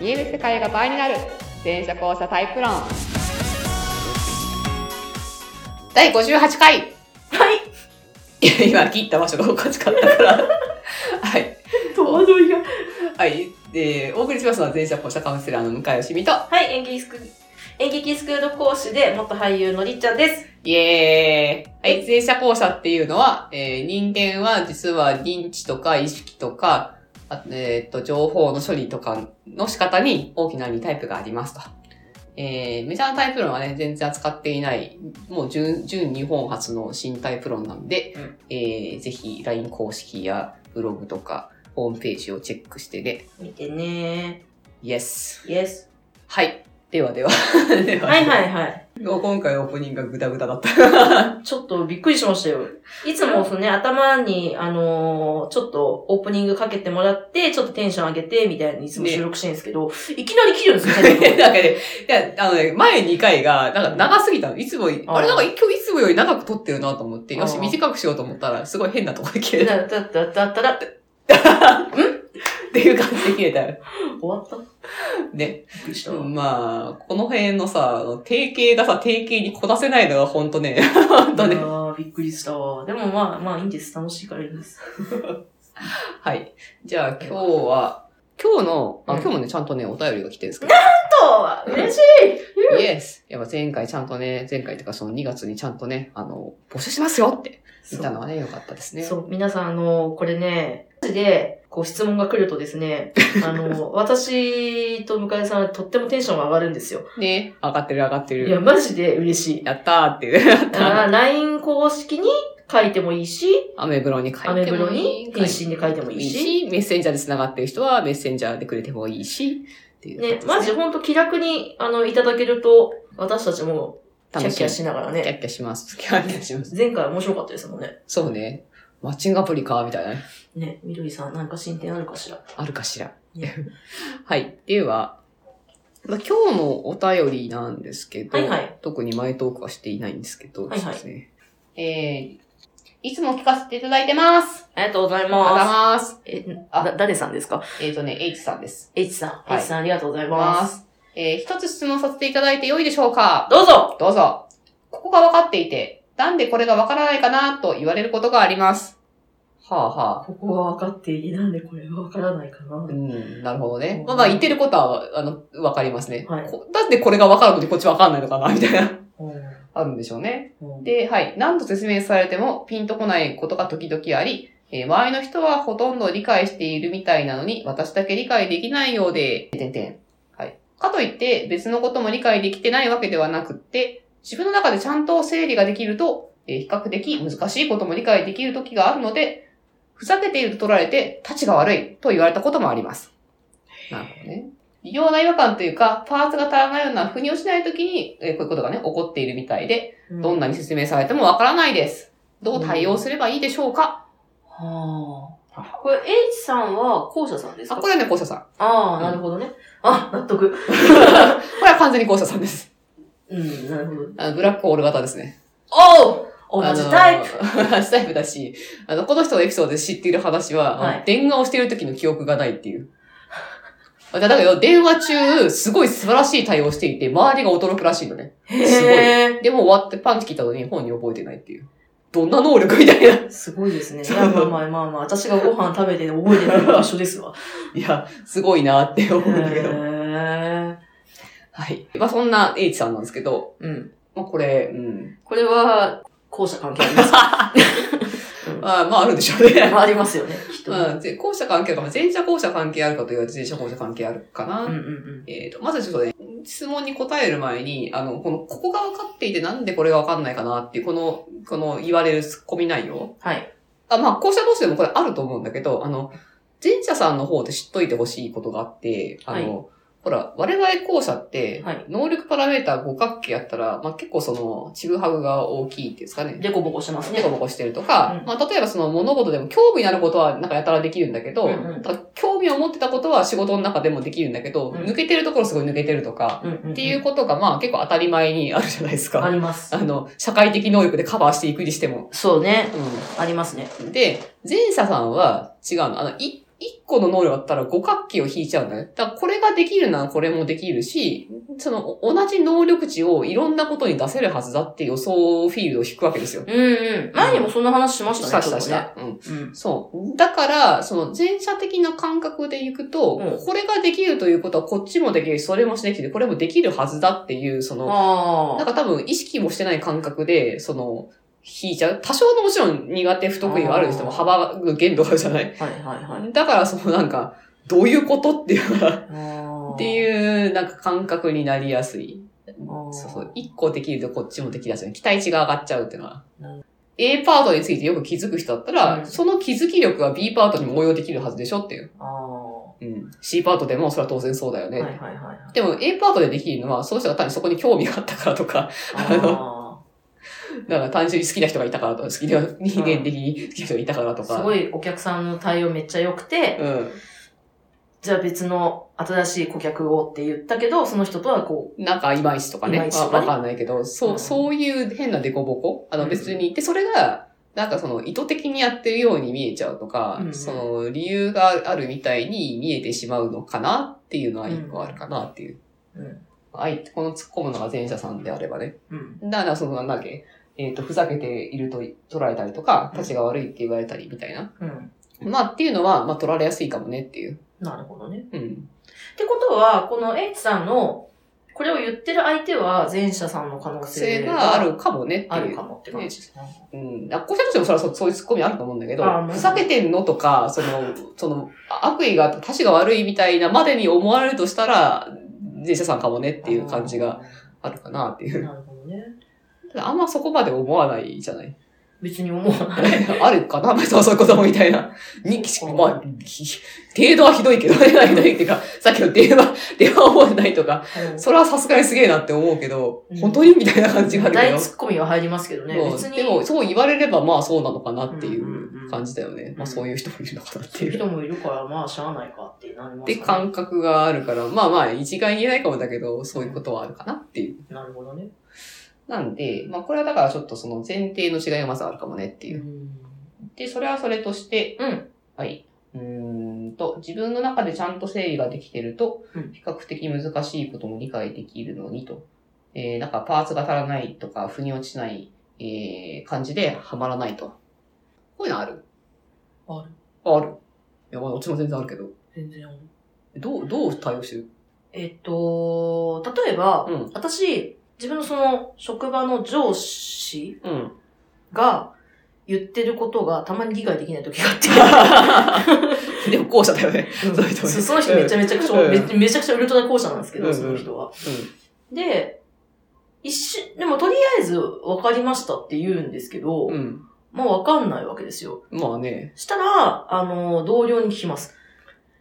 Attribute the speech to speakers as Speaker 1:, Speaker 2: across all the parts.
Speaker 1: 見える世界が倍になる全社交差タイプ論第58回
Speaker 2: は
Speaker 1: い
Speaker 2: い。
Speaker 1: や今切った場所がおかしかったから はい、
Speaker 2: 戸惑いが。
Speaker 1: はいえーお送りしますのは全社交差カウンセラーの向井しみと
Speaker 2: はい、演劇スク演劇スクール講師で元俳優のりっちゃんです。
Speaker 1: イエーイ。はい、前者後者っていうのは、えー人間は実は認知とか意識とか、あえっ、と、情報の処理とかの仕方に大きな2タイプがありますと。えーメジャータイプ論はね、全然扱っていない、もう純純日本初の新タイプ論なんで、
Speaker 2: うん
Speaker 1: えーぜひ LINE 公式やブログとかホームページをチェックしてね。
Speaker 2: 見てね
Speaker 1: イエス。
Speaker 2: ー。イエス。
Speaker 1: はい。ではでは。では
Speaker 2: はい
Speaker 1: では
Speaker 2: はいはい。
Speaker 1: 今回オープニングがグダグダだった。
Speaker 2: ちょっとびっくりしましたよ。いつもね、頭に、あのーちょっとオープニングかけてもらって、ちょっとテンション上げて、みたいにいつも収録してるんですけど、いきなり切るんですよ、最
Speaker 1: なん
Speaker 2: 後
Speaker 1: か ね、いや、あのね、前2回が、なんか長すぎたの。いつも、あれ
Speaker 2: あー
Speaker 1: なんか今日いつもより長く撮ってるなと思って、よし、
Speaker 2: あー
Speaker 1: 短くしようと思ったら、すごい変なとこで切れたっ
Speaker 2: だだだだだだって
Speaker 1: ていう感じで切れたよ。
Speaker 2: 終わったびっ
Speaker 1: ね。
Speaker 2: くりした。
Speaker 1: まあ、この辺のさ、あの定型がさ、定型にこなせないのがほんと ね、ほんと
Speaker 2: いや
Speaker 1: ね。
Speaker 2: ーびっくりしたわ。でもまあ、まあいいんです。楽しいからいいんです。
Speaker 1: はい。じゃあ今日は、今日の、あ、
Speaker 2: うん
Speaker 1: 今日もね、ちゃんとね、お便りが来てるんですけ
Speaker 2: と嬉しい
Speaker 1: ど、イエスやっぱ前回ちゃんとね、前回というかその2月にちゃんとね、あの、募集しますよって言ったのはね、よかったですね。
Speaker 2: そう、皆さん、あの、これね、マジで、こう質問が来るとですね、 あの、私と向井さんはとってもテンションが上がるんですよ。
Speaker 1: ね、上がってる上がってる。
Speaker 2: いや、マジで嬉しい。
Speaker 1: やったーっていう。やったー。
Speaker 2: あー LINE 公式に書いてもいいし、
Speaker 1: アメブロに書いて
Speaker 2: ア
Speaker 1: もい
Speaker 2: メ
Speaker 1: い。
Speaker 2: ブロに返信で書いてもいいし、
Speaker 1: メッセンジャーで繋がってる人はメッセンジャーでくれてもいいし、っていうこと
Speaker 2: ね
Speaker 1: で、す
Speaker 2: マジほんと気楽に、あの、いただけると、私たちもキャ
Speaker 1: 楽
Speaker 2: ッ
Speaker 1: し
Speaker 2: キ
Speaker 1: い
Speaker 2: ャ。しながら
Speaker 1: キャ
Speaker 2: ね、
Speaker 1: ッキャします。キャッキャします。
Speaker 2: 前回面白かったですもんね。
Speaker 1: そうね。マッチングアプリか、みたいなね。
Speaker 2: ね、みどりさん、なんか進展あるかしら。
Speaker 1: あるかしら
Speaker 2: ね。
Speaker 1: はい。では、まあ、今日のお便りなんですけど、
Speaker 2: はいはい
Speaker 1: 特に前トークはしていないんですけど、
Speaker 2: はいはい
Speaker 1: そうですね。えー、いつも聞かせていただいてます。
Speaker 2: ありがとうござい
Speaker 1: ありがとうござい
Speaker 2: ま
Speaker 1: ます。
Speaker 2: す。え、あ、だ誰さんですか
Speaker 1: えっ、とね、H さんです。
Speaker 2: ?H さん。
Speaker 1: はい
Speaker 2: H さん、ありがとうござい
Speaker 1: ま
Speaker 2: ます。
Speaker 1: す。えー一つ質問させていただいて良いでしょうか
Speaker 2: どうぞ
Speaker 1: どうぞ。ここが分かっていて、なんでこれが分からないかなと言われることがあります。はあはあ。
Speaker 2: ここは分かっていい。なんでこれは分からないかな
Speaker 1: う。ん、なるほどね
Speaker 2: う。ん
Speaker 1: まあまあ言ってることは、あの、分かりますね。
Speaker 2: はい
Speaker 1: こなんでこれが分かるのにこっち分かんないのかなみたいな。あるんでしょうね。
Speaker 2: うん
Speaker 1: で、はい。何度説明されてもピンとこないことが時々あり、えー周りの人はほとんど理解しているみたいなのに、私だけ理解できないようで、てんてん。はい。かといって、別のことも理解できてないわけではなくって、自分の中でちゃんと整理ができると、えー比較的難しいことも理解できる時があるので、ふざけていると取られて、立ちが悪いと言われたこともあります。なるほどね。異様な違和感というか、パーツが足らないような腑に落ちない時に、えーこういうことがね、起こっているみたいで、どんなに説明されてもわからないです。どう対応すればいいでしょうか、
Speaker 2: はあ。これ、H さんは校舎さんですか
Speaker 1: あ、これはね、校舎さん。
Speaker 2: ああ、なるほどね。あ、納得。
Speaker 1: これは完全に校舎さんです。
Speaker 2: うん、なるほど。
Speaker 1: あのブラックホール型ですね。
Speaker 2: おう同じタイプ。
Speaker 1: プ 同じタイプだし、あの、この人のエピソードで知っている話は、
Speaker 2: はい
Speaker 1: あの電話をしている時の記憶がないっていう。 あだから、電話中、すごい素晴らしい対応していて、周りが驚くらしいのね。すごい
Speaker 2: へえ。
Speaker 1: でも終わってパンチ切ったのに本に覚えてないっていう。どんな能力みたいな。
Speaker 2: すごいですね。い
Speaker 1: そう
Speaker 2: やまあまあまあまあ、私がご飯食べて覚えてるのと一緒です わ。
Speaker 1: いや、すごいなって思
Speaker 2: へ
Speaker 1: うんだけど。
Speaker 2: え。
Speaker 1: はい。まあ、そんな H さんなんですけど、
Speaker 2: うん。
Speaker 1: まあ、これ、うん。
Speaker 2: これは、校舎関係ありますか うんま
Speaker 1: まあ、まあ、あるんでしょうね。
Speaker 2: あありますよね、きっと。
Speaker 1: うん、で後者関係あるかも、前者後者関係あるかと言われて前者後者関係あるかな。
Speaker 2: うんうん
Speaker 1: えっ、と、まずちょっとね、質問に答える前に、あの、この、ここが分かっていてなんでこれが分かんないかなっていう、この、この言われるツッコミ内容。
Speaker 2: はい。
Speaker 1: あ、まあ、後者同士でもこれあると思うんだけど、あの、前者さんの方で知っといてほしいことがあって、あの、ほら、我々後者って、
Speaker 2: はい
Speaker 1: 能力パラメータ五角形やったら、まあ、結構その、ちぐはぐが大きいっていうんですかね。
Speaker 2: でこぼこしてますね
Speaker 1: ネコ。ボコしてるとか、
Speaker 2: うん
Speaker 1: まあ、例えばその物事でも興味のあることはなんかやたらできるんだけど、
Speaker 2: うんうん
Speaker 1: だから興味を持ってたことは仕事の中でもできるんだけど、
Speaker 2: うん
Speaker 1: 抜けてるところすごい抜けてるとか、
Speaker 2: うんんん
Speaker 1: っていうことがまあ結構当たり前にあるじゃないですか。
Speaker 2: あ
Speaker 1: あ
Speaker 2: ります。
Speaker 1: の、社会的能力でカバーしていくにしても。
Speaker 2: そうね。
Speaker 1: う
Speaker 2: ありますね。
Speaker 1: ん、で、前者さんは違うの。あの、い、一個の能力あったら五角形を引いちゃうんだね。だからこれができるならこれもできるし、その同じ能力値をいろんなことに出せるはずだって予想フィールドを引くわけですよ。
Speaker 2: うんうん。前にもそんな話しましたね。
Speaker 1: したした
Speaker 2: ち
Speaker 1: し
Speaker 2: ょっとね
Speaker 1: た。うん。
Speaker 2: うん。
Speaker 1: そう。だから、その前者的な感覚で行くと、
Speaker 2: うん
Speaker 1: これができるということはこっちもできるし、それもしできて、これもできるはずだっていう、その、な
Speaker 2: あ
Speaker 1: ん
Speaker 2: あ。
Speaker 1: か多分意識もしてない感覚で、その、引いちゃう。多少のもちろん苦手不得意があるにしても
Speaker 2: あー
Speaker 1: 幅ぐ限度があるじゃない
Speaker 2: はいはいはい。
Speaker 1: だからそのなんか、どういうことっていうか
Speaker 2: あー
Speaker 1: っていうなんか感覚になりやすい。
Speaker 2: あー
Speaker 1: そうそう。一個できるとこっちもできだし、期待値が上がっちゃうっていうのは
Speaker 2: うん。
Speaker 1: A パートについてよく気づく人だったら、
Speaker 2: うん
Speaker 1: その気づき力は B パートにも応用できるはずでしょっていう。
Speaker 2: あー
Speaker 1: うん、C パートでもそれは当然そうだよね。
Speaker 2: はいはいはいはい。
Speaker 1: でも A パートでできるのは、その人が単にそこに興味があったからとか、
Speaker 2: あ
Speaker 1: なんか単純に好きな人がいたからとか、好きな人間的に好きな人がいた からと
Speaker 2: ー
Speaker 1: か。
Speaker 2: すごいお客さんの対応めっちゃ良くて、
Speaker 1: うん。
Speaker 2: じゃあ別の新しい顧客をって言ったけど、その人とはこ
Speaker 1: なんか、いまいちとか
Speaker 2: い
Speaker 1: ね。
Speaker 2: まいちと
Speaker 1: わ
Speaker 2: かね
Speaker 1: わかんないけど、そう、
Speaker 2: うん
Speaker 1: そういう変なデコボコ。あ
Speaker 2: う
Speaker 1: の
Speaker 2: ん
Speaker 1: 別に、で、それが、なんかその意図的にやってるように見えちゃうとか、
Speaker 2: うん
Speaker 1: その理由があるみたいに見えてしまうのかなっていうのは一個あるかなっていう。
Speaker 2: う、うん。
Speaker 1: あい、この突っ込むのが前者さんであればね。
Speaker 2: うん。
Speaker 1: だからそのなんだっけ、えっ、と、ふざけていると取られたりとか、
Speaker 2: うん
Speaker 1: 立ちが悪いって言われたりみたいな。
Speaker 2: うん。
Speaker 1: まあっていうのは、まあ取られやすいかもねっていう。
Speaker 2: なるほどね。
Speaker 1: うん。
Speaker 2: ってことは、この H さんの、これを言ってる相手は前者さんの可能
Speaker 1: 癖
Speaker 2: 性
Speaker 1: が
Speaker 2: が
Speaker 1: あるかもねって
Speaker 2: あ
Speaker 1: い
Speaker 2: る
Speaker 1: う
Speaker 2: か。もって感じですね。
Speaker 1: うん。あ、こうしたとしてもそれはそうそういうツッコミあると思うんだけど
Speaker 2: あまあ、
Speaker 1: ふざけてんのとか、その、その、あ悪意があって、足が悪いみたいなまでに思われるとしたら、前者さんかもねっていう感じがあるかなってい
Speaker 2: あー。
Speaker 1: う。
Speaker 2: なるほどね。
Speaker 1: ただあんまそこまで思わないじゃない
Speaker 2: 別に思わない。
Speaker 1: あるかなそうそういうこともみたいな。に、まあ、ひ程度はひどいけど、 程度はひどいっていうか、さっきの電話、電話覚えてないとか、それはさすがにすげえなって思うけど
Speaker 2: うん、
Speaker 1: 本当にみたいな感じがあるけ
Speaker 2: 大
Speaker 1: ど。
Speaker 2: ツッコミは入りますけどね。
Speaker 1: うん
Speaker 2: 別に。
Speaker 1: でも、そう言われれば、まあそうなのかなってい
Speaker 2: んうんう
Speaker 1: うんう感じだよね。まあそういう人もいるのかなっていう。
Speaker 2: 人もいるから、まあ、しゃあないかってなりま
Speaker 1: で、
Speaker 2: すね
Speaker 1: 感覚があるから、まあまあ、一概に言えないかもだけど、そういうことはあるかなっていう。
Speaker 2: なるほどね。
Speaker 1: なんで、まあこれはだからちょっとその前提の違いがまずあるかもねっていう。で、それはそれとして、
Speaker 2: うん
Speaker 1: はい。うーんと、自分の中でちゃんと整理ができてると
Speaker 2: うん、
Speaker 1: 比較的難しいことも理解できるのにと。えー、なんかパーツが足らないとか、腑に落ちない、えー、感じではまらないと。こういうのある
Speaker 2: ある。
Speaker 1: あある。いや、まあ、どっちも全然あるけど。
Speaker 2: 全然。
Speaker 1: どう、どう対応してる
Speaker 2: えっと、例えば、
Speaker 1: うん
Speaker 2: 私、自分のその、職場の上司
Speaker 1: うん。
Speaker 2: が言ってることがたまに理解できない時があって。
Speaker 1: でも、後者だよね。
Speaker 2: うん
Speaker 1: そういう人
Speaker 2: そその人めちゃめちゃくちゃ、
Speaker 1: うん
Speaker 2: めめちゃくちゃウルトラ校舎なんですけど、
Speaker 1: うんうん
Speaker 2: その人は。で、一瞬、でもとりあえず分かりましたって言うんですけど、
Speaker 1: うん。うん。
Speaker 2: まあ分かんないわけですよ。
Speaker 1: まあね。
Speaker 2: したら、あの、同僚に聞きます。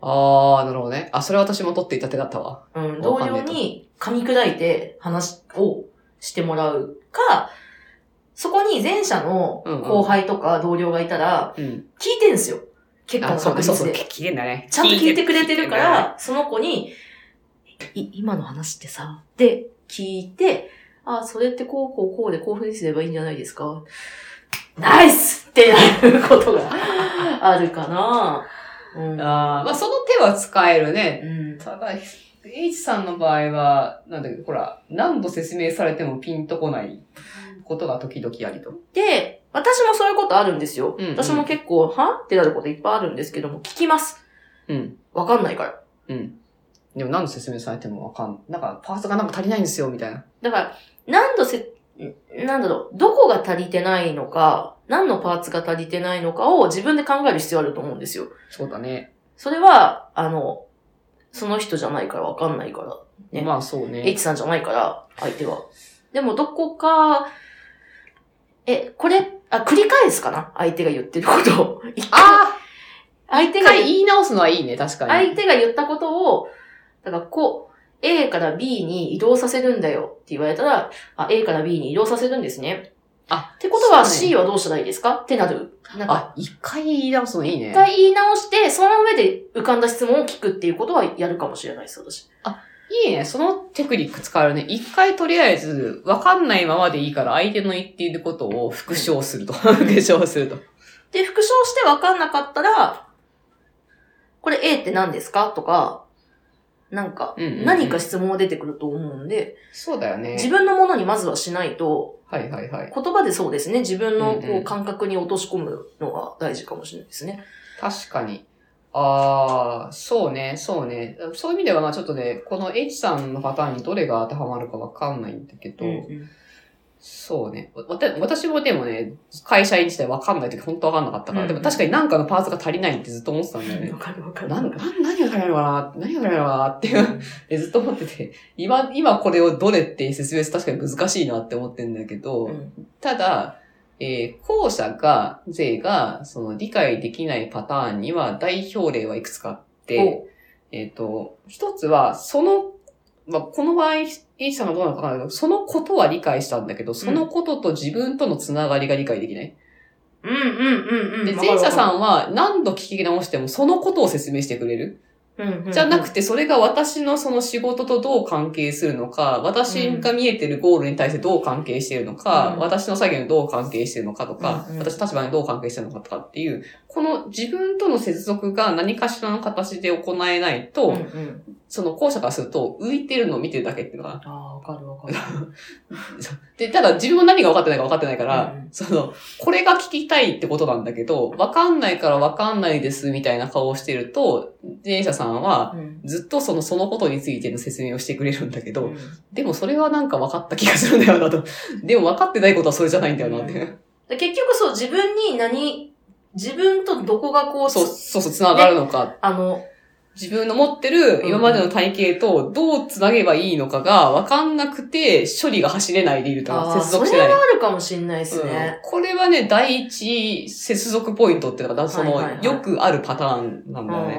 Speaker 1: あー、なるほどね。あ、それは私も取っていた手だったわ。
Speaker 2: うん、
Speaker 1: わ
Speaker 2: 同
Speaker 1: かんねえ
Speaker 2: 僚
Speaker 1: と
Speaker 2: に噛み砕いて話をしてもらうか、そこに前者の
Speaker 1: うんうん
Speaker 2: 後輩とか同僚がいたら、
Speaker 1: うん。
Speaker 2: 聞いてんすよ。結果
Speaker 1: あ、
Speaker 2: の
Speaker 1: そう
Speaker 2: 確
Speaker 1: ね、そうそ
Speaker 2: 率
Speaker 1: う。
Speaker 2: で。
Speaker 1: 聞いてんだね。
Speaker 2: ちゃんと聞いてくれて
Speaker 1: 聞いて
Speaker 2: るか
Speaker 1: んだね
Speaker 2: ら、その子に、い今の話ってさ、で、聞いて、あ、それってこう、こう、こうで、こういうふうにすればいいんじゃないですかナイスってなることがあるかな。うん。
Speaker 1: ああ、まあその手は使えるね。
Speaker 2: うん。
Speaker 1: ただ、H さんの場合は、なんだっけ、ほら、何度説明されてもピンとこないことが時々ありと。
Speaker 2: で、私もそういうことあるんですよ。
Speaker 1: うんうん
Speaker 2: 私も結構、はってなることいっぱいあるんですけども、聞きます。
Speaker 1: うん。
Speaker 2: わかんないから。
Speaker 1: うん。でも何度説明されてもわかん、なんかパーツがなんか足りないんですよ、みたいな。
Speaker 2: だから、何度せ、んなんだろう、どこが足りてないのか、何のパーツが足りてないのかを自分で考える必要あると思うんですよ。
Speaker 1: そうだね。
Speaker 2: それは、あの、その人じゃないからわかんないから、ね
Speaker 1: まあそう
Speaker 2: H
Speaker 1: ね。
Speaker 2: さんじゃないから、相手は。でも、どこか、え、これ、あ、繰り返すかな相手が言ってることを。一回、
Speaker 1: ああ
Speaker 2: 相手
Speaker 1: 一
Speaker 2: が
Speaker 1: 回言い直すのはいいね、確かに。
Speaker 2: 相手が言ったことを、だからこう、A から B に移動させるんだよって言われたら、あ、A から B に移動させるんですね。
Speaker 1: あ、
Speaker 2: ってことは
Speaker 1: そうね
Speaker 2: C はどうしたらいいですかってなる。なんか、
Speaker 1: あ、一回言い直すのいいね
Speaker 2: 一。回言い直して、その上で浮かんだ質問を聞くっていうことはやるかもしれないです、私。
Speaker 1: いいね。そのテクニック使えるね。一回とりあえず、わかんないままでいいから、相手の言っていることを復唱すると。復唱すると。
Speaker 2: で、復唱して分かんなかったら、って何ですかとか、なんか、
Speaker 1: うんうんうん
Speaker 2: 何か質問が出てくると思うんで、
Speaker 1: そうだよね。
Speaker 2: 自分のものにまずはしないと、
Speaker 1: はいはいはい。
Speaker 2: 言葉でそうですね、自分の
Speaker 1: うん
Speaker 2: こ
Speaker 1: う
Speaker 2: うん感覚に落とし込むのが大事かもしれないですね。
Speaker 1: 確かに。ああ、そうね、そうね。そういう意味では、まあちょっとね、この H さんのパターンにどれが当てはまるかわかんないんだけど、
Speaker 2: うん
Speaker 1: そうね。わた私もでもね、会社員自体わかんない時本当わかんなかったから、
Speaker 2: うん
Speaker 1: でも確かになんかのパーツが足りないってずっと思ってたんだよ
Speaker 2: うん
Speaker 1: ね
Speaker 2: わ。かるわかる。
Speaker 1: なん
Speaker 2: か、
Speaker 1: なん何が足りないのかな何が足りないのかなっていうう。
Speaker 2: ん
Speaker 1: で ずっと思ってて、今、今これをどれって説明する確かに難しいなって思ってんだけど、
Speaker 2: うん
Speaker 1: ただ、えー後者が、税が、その理解できないパターンには代表例はいくつかあって、えっ、と、一つは、その、まあ、この場合、A さんがどうなのかわかんないけど、そのことは理解したんだけど、そのことと自分とのつながりが理解できない。
Speaker 2: うんうんうんうん。
Speaker 1: で、前者さ
Speaker 2: ん
Speaker 1: んは何度聞き直してもそのことを説明してくれる。じゃなく
Speaker 2: て、
Speaker 1: て、それが私のその仕事とどう関係するのか、私が見えてるゴールに対してどう関係してるのか、
Speaker 2: うん
Speaker 1: 私の作業にどう関係してるのかとか、
Speaker 2: うんうん
Speaker 1: 私の立場にどう関係してるのかとかっていう、この自分との接続が何かしらの形で行えないと、
Speaker 2: うんうん。
Speaker 1: その後者からすると浮いてるのを見てるだけっていうのが。
Speaker 2: ああ、わかるわかる。
Speaker 1: で、ただ自分も何が分かってないか分かってないから、
Speaker 2: うん
Speaker 1: その、これが聞きたいってことなんだけど、分かんないから分かんないですみたいな顔をしてると、前者さんは、
Speaker 2: うん
Speaker 1: ずっとその、そのことについての説明をしてくれるんだけど、
Speaker 2: うん
Speaker 1: でもそれはなんか分かった気がするんだよなと。 でも分かってないことはそれじゃないんだよ なって。
Speaker 2: うで結局そう、自分に何、自分とどこがこう、
Speaker 1: そう、そうそう、繋がるのか。
Speaker 2: あの、
Speaker 1: 自分の持ってる今までの体系とどう繋げばいいのかが分かんなくて、処理が走れないでいると
Speaker 2: あ
Speaker 1: か、
Speaker 2: ー
Speaker 1: 接続し
Speaker 2: そ
Speaker 1: て
Speaker 2: れ
Speaker 1: ない。
Speaker 2: はあるかもしれないです
Speaker 1: うん
Speaker 2: ね。、
Speaker 1: これはね、第一接続ポイントっていうのが、その、
Speaker 2: はいはいはい
Speaker 1: よくあるパターンなん
Speaker 2: うん
Speaker 1: だ
Speaker 2: うん
Speaker 1: よ
Speaker 2: うんう
Speaker 1: ね。
Speaker 2: ん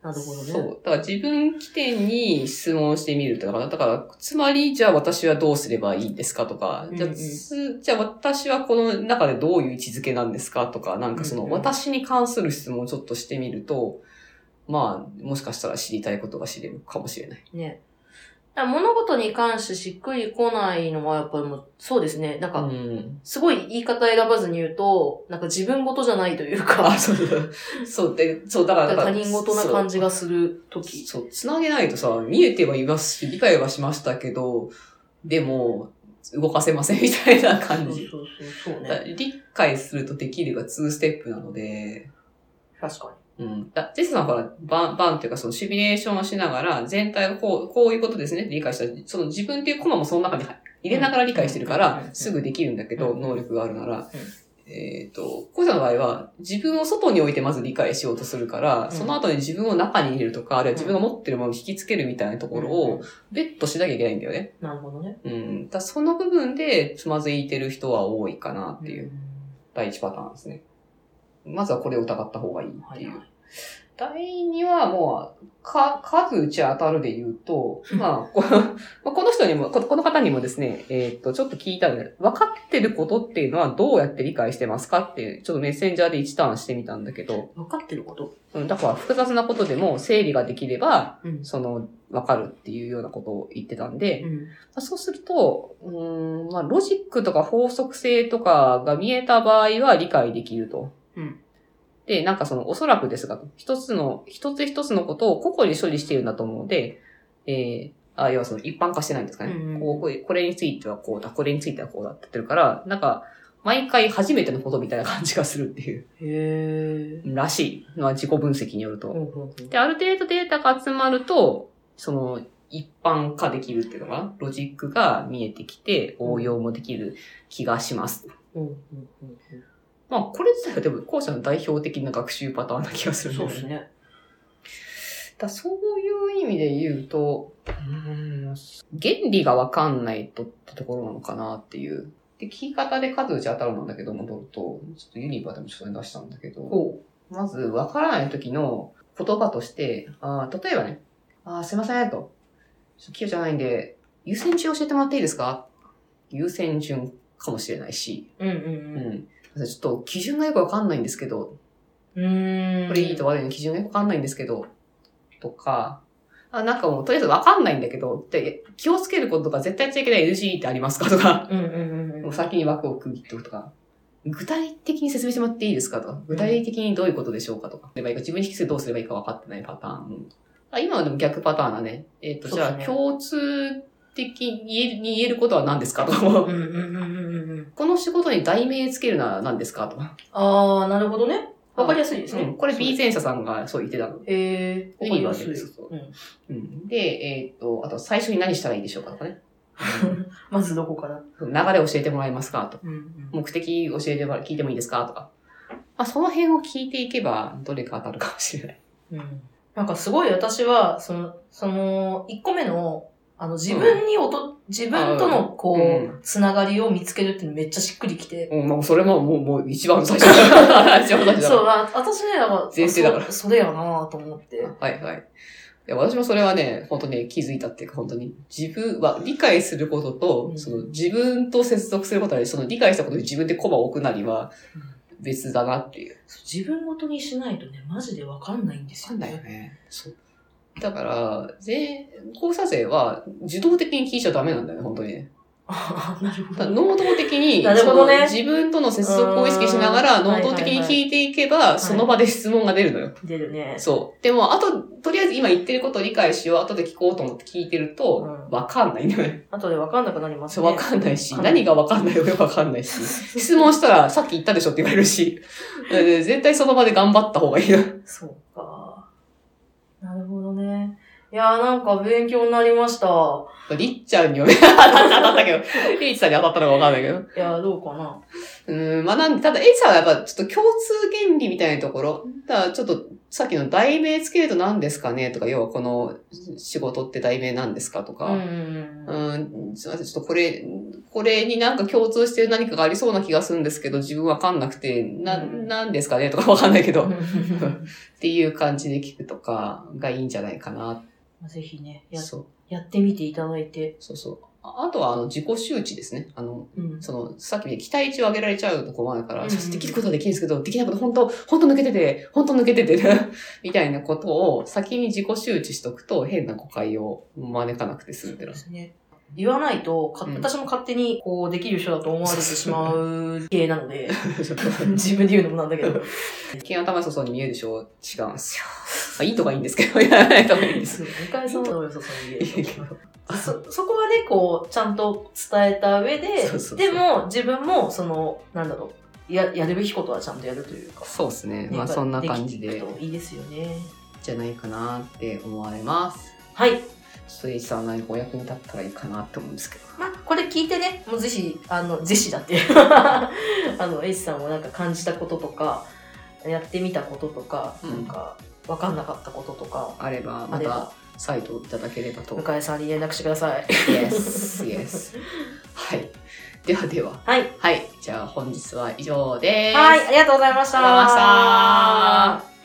Speaker 2: なるほどね。
Speaker 1: そう。だから自分起点に質問してみるってだから、だから、つまり、じゃあ私はどうすればいいんですかとか、じゃ
Speaker 2: うんう
Speaker 1: あ、
Speaker 2: ん
Speaker 1: つじゃあ私はこの中でどういう位置づけなんですかとか、なんかその、
Speaker 2: うんうん
Speaker 1: 私に関する質問をちょっとしてみると、まあ、もしかしたら知りたいことが知れるかもしれない。
Speaker 2: ね。だから物事に関してしっくりこないのはやっぱりもう、そうですね。なん
Speaker 1: う
Speaker 2: か、
Speaker 1: ん。
Speaker 2: すごい言い方選ばずに言うと、なんか自分事じゃないという
Speaker 1: あ、
Speaker 2: か、
Speaker 1: そうそう。そう、で、そう、だから、だか
Speaker 2: 他
Speaker 1: ら
Speaker 2: 人事な感じがするとき。
Speaker 1: そう、つなげないとさ、見えてはいますし、理解はしましたけど、でも、動かせませんみたいな
Speaker 2: そう
Speaker 1: 感
Speaker 2: そう
Speaker 1: じ。
Speaker 2: そうそうね。
Speaker 1: 理解するとできるが2ステップなので、
Speaker 2: 確か
Speaker 1: うん。だジェスさんはほら、バン、バンっていうかそのシミュレーションをしながら、全体がこう、こういうことですねって理解したら、その自分っていうコマもその中に入入れながら理解してるか
Speaker 2: うんう
Speaker 1: ら
Speaker 2: ん、
Speaker 1: すぐできるんだけど、
Speaker 2: うん
Speaker 1: 能力があるなら。えっ、と、こうさんの場合は、自分を外に置いてまず理解しようとするから、
Speaker 2: ん
Speaker 1: その後に自分を中に入れるとか、あるいは自分が持ってるものを引きつけるみたいなと
Speaker 2: に。
Speaker 1: ころを、、別途しなきゃいけないんだよね。
Speaker 2: なるほどね。
Speaker 1: うん。だからその部分でつまずいてる人は多いかなっていう。第一パターンですね。まずはこれを疑った方がいいっ
Speaker 2: は
Speaker 1: て
Speaker 2: い
Speaker 1: いう。
Speaker 2: はい。
Speaker 1: 第二はもう、か、数打ち当たるで言うと、まあ、こ まあこの人にも、ここの方にもですね、えーっと、ちょっと聞いたんで、分かってることっていうのはどうやって理解してますかっていう、ちょっとメッセンジャーで一ターンしてみたんだけど、
Speaker 2: 分かってること
Speaker 1: うん、だから複雑なことでも整理ができれば、
Speaker 2: うん。
Speaker 1: その、分かるっていうようなことを言ってたんで、
Speaker 2: うん。
Speaker 1: まあそうすると、うーんまあ、ロジックとか法則性とかが見えた場合は理解できると。
Speaker 2: うん
Speaker 1: で、なんかその、おそらくですが、一つの、一つ一つのことを個々に処理しているんだと思うので、えー、あ、要はその一般化してないんですかね。
Speaker 2: うんうん
Speaker 1: こうこうこれについてはこうだ、これについてはこうだって言ってるから、なんか、毎回初めてのことみたいな感じがするっていう、
Speaker 2: へえ。
Speaker 1: らしい。まあ、自己分析によると。
Speaker 2: ほうほうほう
Speaker 1: で、ある程度データが集まると、その、一般化できるっていうのが、ロジックが見えてきて、応用もできる気がします。
Speaker 2: うんうんうんうん
Speaker 1: まあ、これ自体はでも、後者の代表的な学習パターンな気がするんだ
Speaker 2: そう
Speaker 1: よね
Speaker 2: ですね。
Speaker 1: だそういう意味で言うと、うーん原理がわかんないとってところなのかなっていう。で、聞き方で数打ち当たるなんだけど、戻ると、ちょっとユニバーでもちょっと出したんだけど、
Speaker 2: ほ
Speaker 1: まず、わからない時の言葉として、あー例えばね、あーすいません、と。ちょっと器用じゃないんで、優先順教えてもらっていいですか優先順かもしれないし、
Speaker 2: う。うんう
Speaker 1: うんん。ちょっと基準がよくわかんないんですけど、
Speaker 2: うん。うーん。
Speaker 1: これいいと。悪いの基準がよくわかんないんですけど、とか、あなんかもうとりあえずわかんないんだけど、で気をつけることとか絶対やっちゃいけない NG ってありますかとか、
Speaker 2: うんうんうんうん。
Speaker 1: もう先に枠を区切っておくとか、具体的に説明してもらっていいですかとか、具体的にどういうことでしょうかとか、自分に引き継いどうすればいいか分かってないパターン。あ今はでも逆パターンだね。えっ、と、
Speaker 2: そう
Speaker 1: じ
Speaker 2: で
Speaker 1: ゃあ
Speaker 2: す、ね
Speaker 1: 共通的に言えるに言えることは何ですかとか、
Speaker 2: うんうんうんうんうん。
Speaker 1: この仕事に題名つけるなら何ですかとか。
Speaker 2: あー、なるほどね。わかりやすいですね。
Speaker 1: うんこれ B
Speaker 2: ゼ
Speaker 1: 前者さんがそう言ってたの。
Speaker 2: えー、わかりやすいです。うん
Speaker 1: うん、で、えっ、と、あと、最初に何したらいいでしょうかとかね。
Speaker 2: まずどこから
Speaker 1: 流れ教えてもらえますかとか
Speaker 2: うんうん
Speaker 1: 目的教えてもら聞いてもいいですかとか。まあ、その辺を聞いていけば、どれか当たるかもしれない。
Speaker 2: うんなんかすごい私は、その、その、一個目の、あの、自分におと、自分との、こう、
Speaker 1: うん
Speaker 2: つながりを見つけるっていうのめっちゃしっくりきて。
Speaker 1: うん、まあ、それも、もう、もう、一番最初。一番最初だ。
Speaker 2: そう、あ私ね、なんか、
Speaker 1: 前提だから
Speaker 2: そそれやなと思っ て。
Speaker 1: はいはい。いや私もそれはね、本当ね、気づいたっていうか、本当に、自分は理解することと、
Speaker 2: うん
Speaker 1: その自分と接続することなり、その理解したことに自分でコマを置くなりは
Speaker 2: うん、
Speaker 1: 別だなっていう。
Speaker 2: 自分ごとにしないとね、マジでわかんないんですよ、ね。
Speaker 1: ね。そう。だから、税、交差税は自動的に聞いちゃダメなんだよね、本当にね。
Speaker 2: あ あ、なるほ
Speaker 1: だから
Speaker 2: ど。
Speaker 1: 能動的に、
Speaker 2: なるほどね
Speaker 1: その自分との接続を意識しなが
Speaker 2: う
Speaker 1: ら、
Speaker 2: ーん
Speaker 1: 能動的に
Speaker 2: はいはいはい
Speaker 1: 聞いていけば、その場で質問が出るのよ。
Speaker 2: 出るね。
Speaker 1: そう。でも、あと、とりあえず今言ってることを理解しよう、後で聞こうと思って聞いてると
Speaker 2: う、ん
Speaker 1: わかんないんだよね。
Speaker 2: 後でわかんなくなります
Speaker 1: そう、
Speaker 2: ね。
Speaker 1: わかんないし、
Speaker 2: はい
Speaker 1: 何がわかんないかわかんない し、質問したら、さっき言ったでしょって言われるし、だから絶対その場で頑張った方がいいな。
Speaker 2: そうか。なるほどね。いやーなんか勉強になりました。
Speaker 1: りっちゃんには ね、当たったけど、りっちさんに当たったのかわかんないけど。
Speaker 2: いやーどうかな。
Speaker 1: うん、まあなんで、ただ、エイサーはやっぱちょっと共通原理みたいなところ、だからちょっと、さっきの題名つけると何ですかねとか、要はこの仕事って題名なんですかと
Speaker 2: うん
Speaker 1: か、
Speaker 2: うん
Speaker 1: う
Speaker 2: うん。
Speaker 1: ん、すいません、ちょっとこれ、これになんか共通してる何かがありそうな気がするんですけど、自分わかんなくて、な、
Speaker 2: うん
Speaker 1: なんですかねとかわかんないけど、
Speaker 2: う
Speaker 1: っ
Speaker 2: ん
Speaker 1: ていう感じで聞くとかがいいんじゃないかな。
Speaker 2: ぜひね、や
Speaker 1: そう、
Speaker 2: やってみていただいて。
Speaker 1: そうそう。ああとは、あの、自己周知ですね。あの、
Speaker 2: うん。
Speaker 1: その、さっきみたいに期待値を上げられちゃうと困るから、
Speaker 2: うん
Speaker 1: ちょっとできることはできるんですけど、できないこと本当、本当抜けてて、本当抜けてて、 みたいなことを先に自己周知しとくと変な誤解を招かなくて済んでる
Speaker 2: で。すね。言わないと、か
Speaker 1: うん
Speaker 2: 私も勝手に、こう、できる人だと思われてしまう系なので、
Speaker 1: ちょっと
Speaker 2: 自分で言うのもなんだけ ど。
Speaker 1: 危険頭そうそうに見えるでしょ違うんですよ。まあ、いいとかいいんですけど、いやないとかいいんです。
Speaker 2: そう、2回そのおよそその家でしょそ、そこはね、こう、ちゃんと伝えた上
Speaker 1: そ
Speaker 2: で、
Speaker 1: うそうそう
Speaker 2: でも、自分も、その、なんだろう、や、やるべきことはちゃんとやるというか。
Speaker 1: そうですね。
Speaker 2: ね
Speaker 1: まあそんな感じ
Speaker 2: でき
Speaker 1: で
Speaker 2: てい、くといいですよね。
Speaker 1: じゃないかなって思われます。
Speaker 2: はい。
Speaker 1: ちょっとエイジさん何かお役に立ったらいいかなって思うんですけど。
Speaker 2: まあ、これ聞いてね、もうぜひ、あの、ぜひだって、 あの、エイジさんもなんか感じたこととか、やってみたこととか、
Speaker 1: うん
Speaker 2: なんか、わかんなかったこととか、
Speaker 1: あれば、ま
Speaker 2: あれ
Speaker 1: た
Speaker 2: ば、
Speaker 1: サイトをいただければと
Speaker 2: 向井さんに連絡してください。
Speaker 1: Yes, yes. はい。ではでは。
Speaker 2: はい。
Speaker 1: はい。じゃあ本日は以上です。
Speaker 2: はい、ありがとうございました。
Speaker 1: ありがとうございました。